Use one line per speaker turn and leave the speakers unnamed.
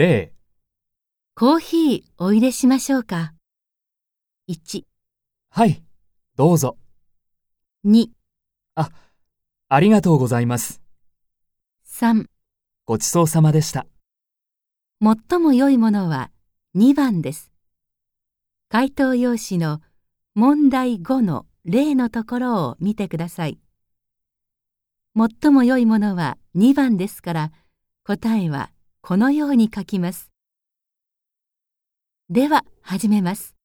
0、
コーヒーお入れしましょうか。1、
はい、どうぞ、
2、
ありがとうございます。
3。
ごちそうさまでした。
最も良いものは2番です。回答用紙の問題5の例のところを見てください。最も良いものは2番ですから、答えはこのように書きます。では、始めます。